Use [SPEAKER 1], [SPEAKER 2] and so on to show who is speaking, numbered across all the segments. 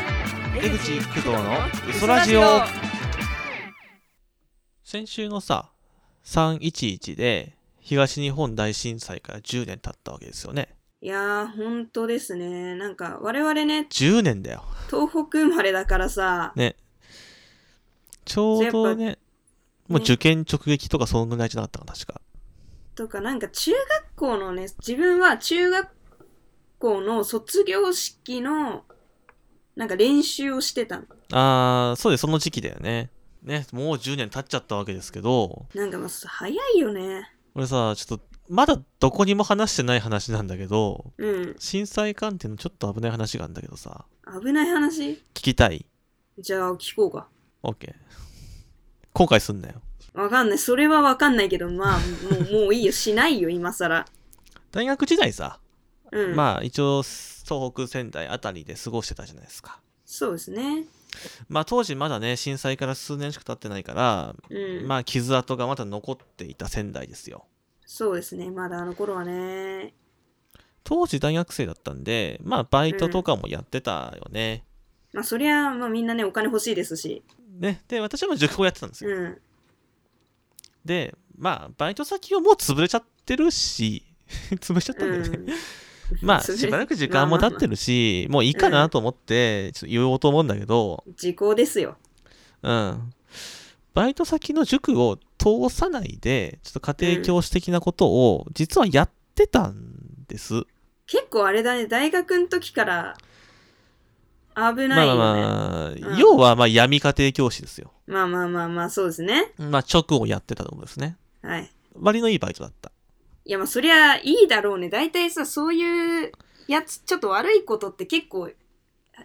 [SPEAKER 1] 江口育人 の嘘ラジオ先週のさ311で東日本大震災から10年経ったわけですよね
[SPEAKER 2] いやー、本当ですね。なんか、我々ね、
[SPEAKER 1] 10年だよ
[SPEAKER 2] 東北生まれだからさ、
[SPEAKER 1] ねちょうどねもう受験直撃とかそんぐらいじゃなかったかな確か
[SPEAKER 2] とか、なんか中学校のね、自分は中学校の卒業式の、なんか練習をしてたの。
[SPEAKER 1] あーそうですその時期だよねねもう10年経っちゃったわけですけど
[SPEAKER 2] なんかまあ、早いよね。
[SPEAKER 1] 俺さちょっとまだどこにも話してない話なんだけど
[SPEAKER 2] うん。
[SPEAKER 1] 震災関係のちょっと危ない話があるんだけどさ
[SPEAKER 2] 危ない話
[SPEAKER 1] 聞きたい
[SPEAKER 2] じゃあ、聞こうか。
[SPEAKER 1] OK 後悔すんなよ
[SPEAKER 2] わかんない。それはわかんないけど、まあ、もう、もういいよ。しないよ、今更。
[SPEAKER 1] 大学時代さ、
[SPEAKER 2] うん。
[SPEAKER 1] まあ一応東北仙台あたりで過ごしてたじゃないですか
[SPEAKER 2] そうですね。
[SPEAKER 1] まあ当時まだね震災から数年しか経ってないから、
[SPEAKER 2] うん。
[SPEAKER 1] まあ傷跡がまだ残っていた仙台ですよ
[SPEAKER 2] そうですね。まだあの頃はね。
[SPEAKER 1] 当時大学生だったんでまあバイトとかもやってたよね、
[SPEAKER 2] まあ、そりゃ、まあ、みんなね、お金欲しいですし。
[SPEAKER 1] ねで私も塾校やってたんですよ、
[SPEAKER 2] うん。
[SPEAKER 1] でまあバイト先をもう潰れちゃってるし 潰しちゃったんだよね、
[SPEAKER 2] うん
[SPEAKER 1] まあ、
[SPEAKER 2] それ
[SPEAKER 1] しばらく時間も経ってるし、もういいかなと思って、ちょっと言おうと思うんだけど、
[SPEAKER 2] 時効ですよ。
[SPEAKER 1] うん。バイト先の塾を通さないで、ちょっと家庭教師的なことを、実はやってたんです。
[SPEAKER 2] 結構あれだね、大学の時から危
[SPEAKER 1] ま
[SPEAKER 2] な
[SPEAKER 1] あ
[SPEAKER 2] い
[SPEAKER 1] ま
[SPEAKER 2] よ
[SPEAKER 1] あ
[SPEAKER 2] ね。
[SPEAKER 1] まあ、
[SPEAKER 2] うん
[SPEAKER 1] 要は、まあ、闇家庭教師ですよ。
[SPEAKER 2] まあまあまあまあ、そうですね。
[SPEAKER 1] まあ、直をやってたと思うんですね。
[SPEAKER 2] はい。
[SPEAKER 1] 割のいいバイトだった。
[SPEAKER 2] いやまあ、そりゃいいだろうね。大体さ、そういうやつ、ちょっと悪いことって結構、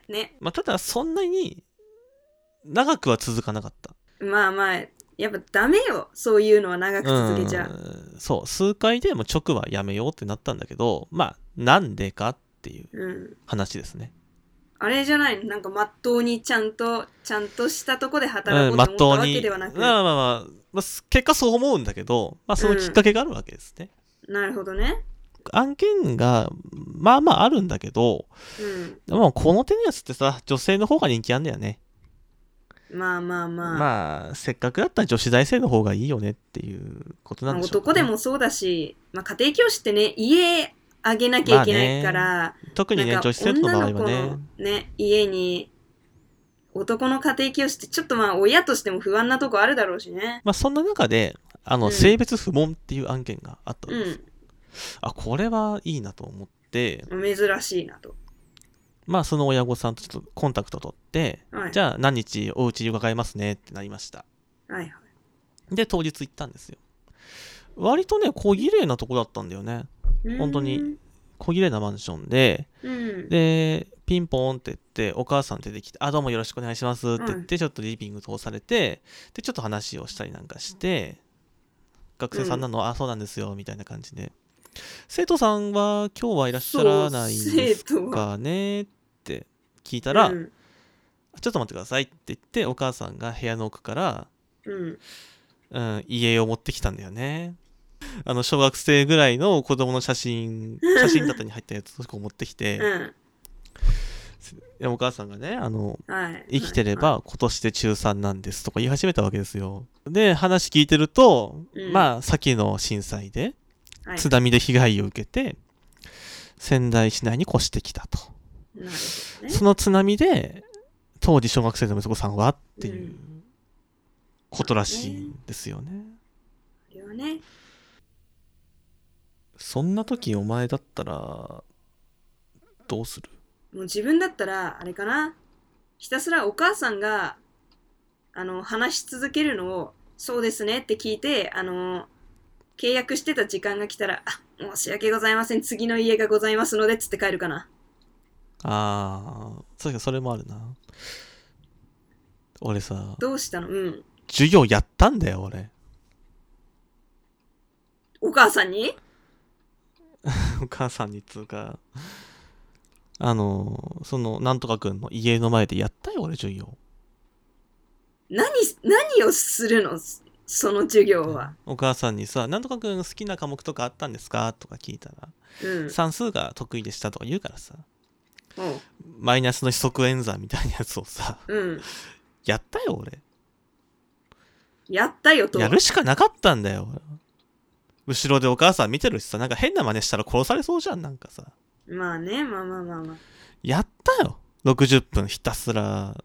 [SPEAKER 2] ね、
[SPEAKER 1] まあ、ただ、そんなに、長くは続かなかった。
[SPEAKER 2] まあまあ、やっぱダメよ。そういうのは長く続けちゃう。
[SPEAKER 1] うんそう、数回でもう直はやめようってなったんだけど、まあ、なんでかっていう
[SPEAKER 2] うん。
[SPEAKER 1] 話ですね。
[SPEAKER 2] あれじゃないのなんか、まっとうにちゃんと、ちゃんとしたとこで働
[SPEAKER 1] う
[SPEAKER 2] こ
[SPEAKER 1] ん、
[SPEAKER 2] う
[SPEAKER 1] ま
[SPEAKER 2] と思
[SPEAKER 1] っ
[SPEAKER 2] った
[SPEAKER 1] とう
[SPEAKER 2] わけ
[SPEAKER 1] に。
[SPEAKER 2] で
[SPEAKER 1] ま
[SPEAKER 2] はな
[SPEAKER 1] あ
[SPEAKER 2] く、
[SPEAKER 1] まあまあ、まあ、す結果そう思うんだけど、まあそのきっかけがあるわけですね。
[SPEAKER 2] なるほどね。
[SPEAKER 1] 案件が、まあまああるんだけど、
[SPEAKER 2] うん。
[SPEAKER 1] まあこの手のやつってさ、女性の方が人気あんだよね。
[SPEAKER 2] まあまあまあ。
[SPEAKER 1] まあ、せっかくだったら女子大生の方がいいよねっていうことなん
[SPEAKER 2] まあ
[SPEAKER 1] でしょう
[SPEAKER 2] 男でもそうだし、まあ、家庭教師ってね家あげなきゃいけないから、
[SPEAKER 1] 特にね、
[SPEAKER 2] なんか
[SPEAKER 1] 女子生徒の場合は
[SPEAKER 2] 女の子
[SPEAKER 1] ね
[SPEAKER 2] の。ね家に男の家庭教師ってちょっとまあ親としても不安なとこあるだろうしね
[SPEAKER 1] まあそんな中で、あの、
[SPEAKER 2] うん
[SPEAKER 1] 性別不問っていう案件があったわけです。
[SPEAKER 2] う
[SPEAKER 1] あ、これはいいなと思って、
[SPEAKER 2] ん珍しいなと、
[SPEAKER 1] まあその親御さんとちょっとコンタクト取って、
[SPEAKER 2] はい、
[SPEAKER 1] じゃあ何日お家に伺いますねってなりました。
[SPEAKER 2] はいはい
[SPEAKER 1] で、当日行ったんですよ。割とね、小綺麗なとこだったんだよね。本当に小綺麗なマンションで、
[SPEAKER 2] うん
[SPEAKER 1] で、ピンポーンって言って、お母さん出てきて、あ、どうもよろしくお願いしますって言って、ちょっとリビング通されて、で、ちょっと話をしたりなんかして、学生さんなの、あ、そうなんですよ、みたいな感じで。生徒さんは今日はいらっしゃらないんです
[SPEAKER 2] そう生徒は
[SPEAKER 1] かねって聞いたら、
[SPEAKER 2] うん
[SPEAKER 1] ちょっと待ってくださいって言って、お母さんが部屋の奥から、
[SPEAKER 2] うん
[SPEAKER 1] うん、遺影を持ってきたんだよね。あの、小学生ぐらいの子供の写真、写真立てに入ったやつとかを持ってきて、
[SPEAKER 2] うん
[SPEAKER 1] でお母さんがね、あの、
[SPEAKER 2] はい、
[SPEAKER 1] 生きてれ
[SPEAKER 2] は
[SPEAKER 1] ば今年で中3なんですとか言い始めたわけですよ。で、話聞いてると、
[SPEAKER 2] うん
[SPEAKER 1] まあ、先の震災で、
[SPEAKER 2] いはい
[SPEAKER 1] 津波で被害を受けて、仙台市内に越してきたと。
[SPEAKER 2] なるほどね
[SPEAKER 1] その津波で、当時小学生の息子さんはっていううことらしいんですよね。
[SPEAKER 2] これはね
[SPEAKER 1] そんな時お前だったらどうする
[SPEAKER 2] もう自分だったらあれかなひたすらお母さんがあの話し続けるのを「そうですね」って聞いてあの契約してた時間が来たら「あ申し訳ございません次の家がございますので」っつって帰るかな
[SPEAKER 1] ああ確かにそれもあるな俺さ
[SPEAKER 2] どうしたのうん
[SPEAKER 1] 授業やったんだよ俺
[SPEAKER 2] お母さんに
[SPEAKER 1] お母さんにつうかあのそのなんとかくんの家の前でやったよ俺授業
[SPEAKER 2] 何何をするのその授業は
[SPEAKER 1] お母さんにさ「なんとかくん好きな科目とかあったんですか?」とか聞いたら
[SPEAKER 2] う
[SPEAKER 1] 「
[SPEAKER 2] ん
[SPEAKER 1] 算数が得意でした」とか言うからさ
[SPEAKER 2] おう
[SPEAKER 1] マイナスの四則演算みたいなやつをさ、
[SPEAKER 2] うん。
[SPEAKER 1] やったよ、俺。
[SPEAKER 2] やったよと。
[SPEAKER 1] やるしかなかったんだよ。後ろでお母さん見てるしさ、なんか変な真似したら殺されそうじゃん、なんかさ。
[SPEAKER 2] まあね、まあまあまあまあ。
[SPEAKER 1] やったよ。60分ひたすら、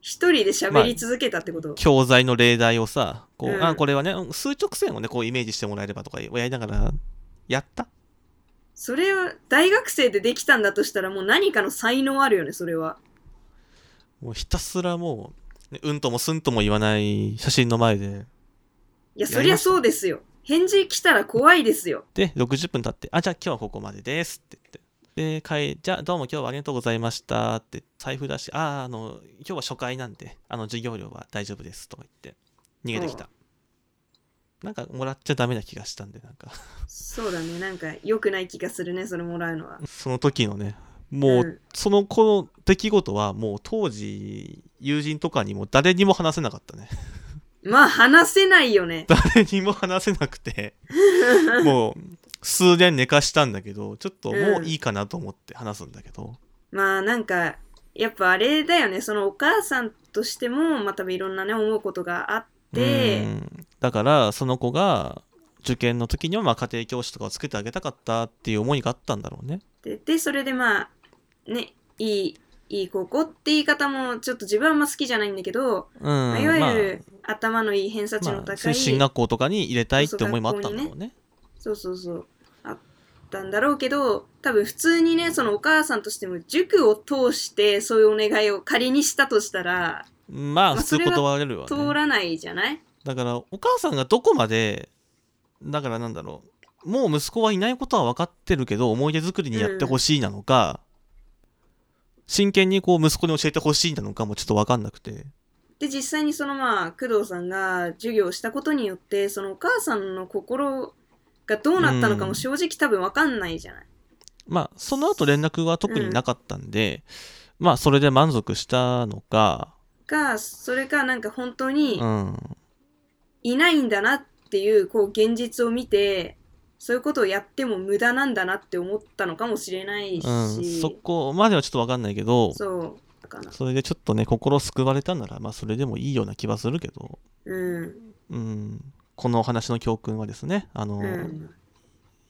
[SPEAKER 2] 一人で喋り続けたってこと。
[SPEAKER 1] 教材の例題をさ、こう、
[SPEAKER 2] うん
[SPEAKER 1] あ、これはね、うん数直線をね、こうイメージしてもらえればとかやりながら、やった。
[SPEAKER 2] それは、大学生でできたんだとしたら、もう何かの才能あるよね、それは。
[SPEAKER 1] もうひたすらもう、ねうんともすんとも言わない写真の前で、
[SPEAKER 2] いや、
[SPEAKER 1] や
[SPEAKER 2] そ
[SPEAKER 1] り
[SPEAKER 2] り
[SPEAKER 1] ま
[SPEAKER 2] ゃ
[SPEAKER 1] した
[SPEAKER 2] そうですよ。返事来たら怖いですよ。
[SPEAKER 1] で、60分経って、あ、じゃあ今日はここまでですって言って。で、帰じゃあどうも今日はありがとうございましたって、財布出して、あー、あの、今日は初回なんで、あの、授業料は大丈夫ですとか言って、逃げてきた。なんかもらっちゃダメな気がしたんで、なんか、
[SPEAKER 2] そうだね、なんか良くない気がするね、それもらうのは。
[SPEAKER 1] その時のね、もう、
[SPEAKER 2] うん
[SPEAKER 1] その子の出来事は、もう当時、友人とかにも誰にも話せなかったね。
[SPEAKER 2] まあ、話せないよね。
[SPEAKER 1] 誰にも話せなく てもう数年寝かしたんだけどちょっともういいかなと思って話すんだけど、
[SPEAKER 2] まあ、なんか、やっぱあれだよね、そのお母さんとしても、またいろんなね、思うことがあっ
[SPEAKER 1] う
[SPEAKER 2] て、
[SPEAKER 1] んだからその子が受験の時にはまあ家庭教師とかをつけてあげたかったっていう思いがあったんだろうね
[SPEAKER 2] で、でそれでまあ、ね、いい、いい高校って言い方も、ちょっと自分はあんま好きじゃないんだけど、
[SPEAKER 1] うん
[SPEAKER 2] まあいわゆる、頭のいい偏差値
[SPEAKER 1] まあ
[SPEAKER 2] の
[SPEAKER 1] ま
[SPEAKER 2] 高
[SPEAKER 1] あ、そう
[SPEAKER 2] い、
[SPEAKER 1] いう進学校とかに入れたいって思いもあったんだろうね
[SPEAKER 2] そうそうそうあったんだろうけど多分普通にねそのお母さんとしても塾を通してそういうお願いを仮にしたとしたら
[SPEAKER 1] まあ
[SPEAKER 2] まあ
[SPEAKER 1] 普通断れるわ
[SPEAKER 2] 通
[SPEAKER 1] ね
[SPEAKER 2] らないじゃない
[SPEAKER 1] だからお母さんがどこまでだからなんだろうもう息子はいないことは分かってるけど思い出作りにやってほしいなのか、真剣にこう息子に教えてほしいなのかもちょっと分かんなくて
[SPEAKER 2] で実際にそのまあ工藤さんが授業をしたことによってそのお母さんの心がどうなったのか
[SPEAKER 1] うん
[SPEAKER 2] も正直多分わかんないじゃない、
[SPEAKER 1] まあその後連絡は特になかったんで、まあそれで満足したのか
[SPEAKER 2] がそれかなんか本当
[SPEAKER 1] う
[SPEAKER 2] に
[SPEAKER 1] ん
[SPEAKER 2] いないんだなっていうこう現実を見てそういうことをやっても無駄なんだなって思ったのかもしれないし、
[SPEAKER 1] うんそこまではちょっと分かんないけど
[SPEAKER 2] そうかな
[SPEAKER 1] それでちょっとね心救われたならまあそれでもいいような気はするけど
[SPEAKER 2] うん
[SPEAKER 1] うんこのお話の教訓はですねあの、
[SPEAKER 2] うん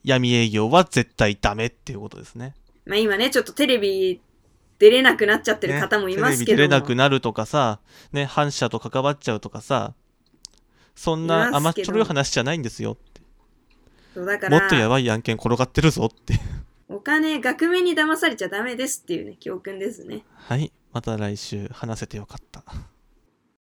[SPEAKER 1] 闇営業は絶対ダメっていうことですね。
[SPEAKER 2] まあ今ね、ちょっとテレビ出れなくなっちゃってる方もいますけども、
[SPEAKER 1] ねテレビ出れなくなるとかさ、ね、反社と関わっちゃうとかさ、そん
[SPEAKER 2] い
[SPEAKER 1] な甘
[SPEAKER 2] ま
[SPEAKER 1] っ
[SPEAKER 2] すけ
[SPEAKER 1] ち
[SPEAKER 2] ど
[SPEAKER 1] ょろい話じゃないんですよって。
[SPEAKER 2] そうだか
[SPEAKER 1] もっとや
[SPEAKER 2] ら、
[SPEAKER 1] ばい案件転がってるぞって。
[SPEAKER 2] お金、額面に騙されちゃダメですっていうね、教訓ですね。
[SPEAKER 1] はい。また来週話せてよかった。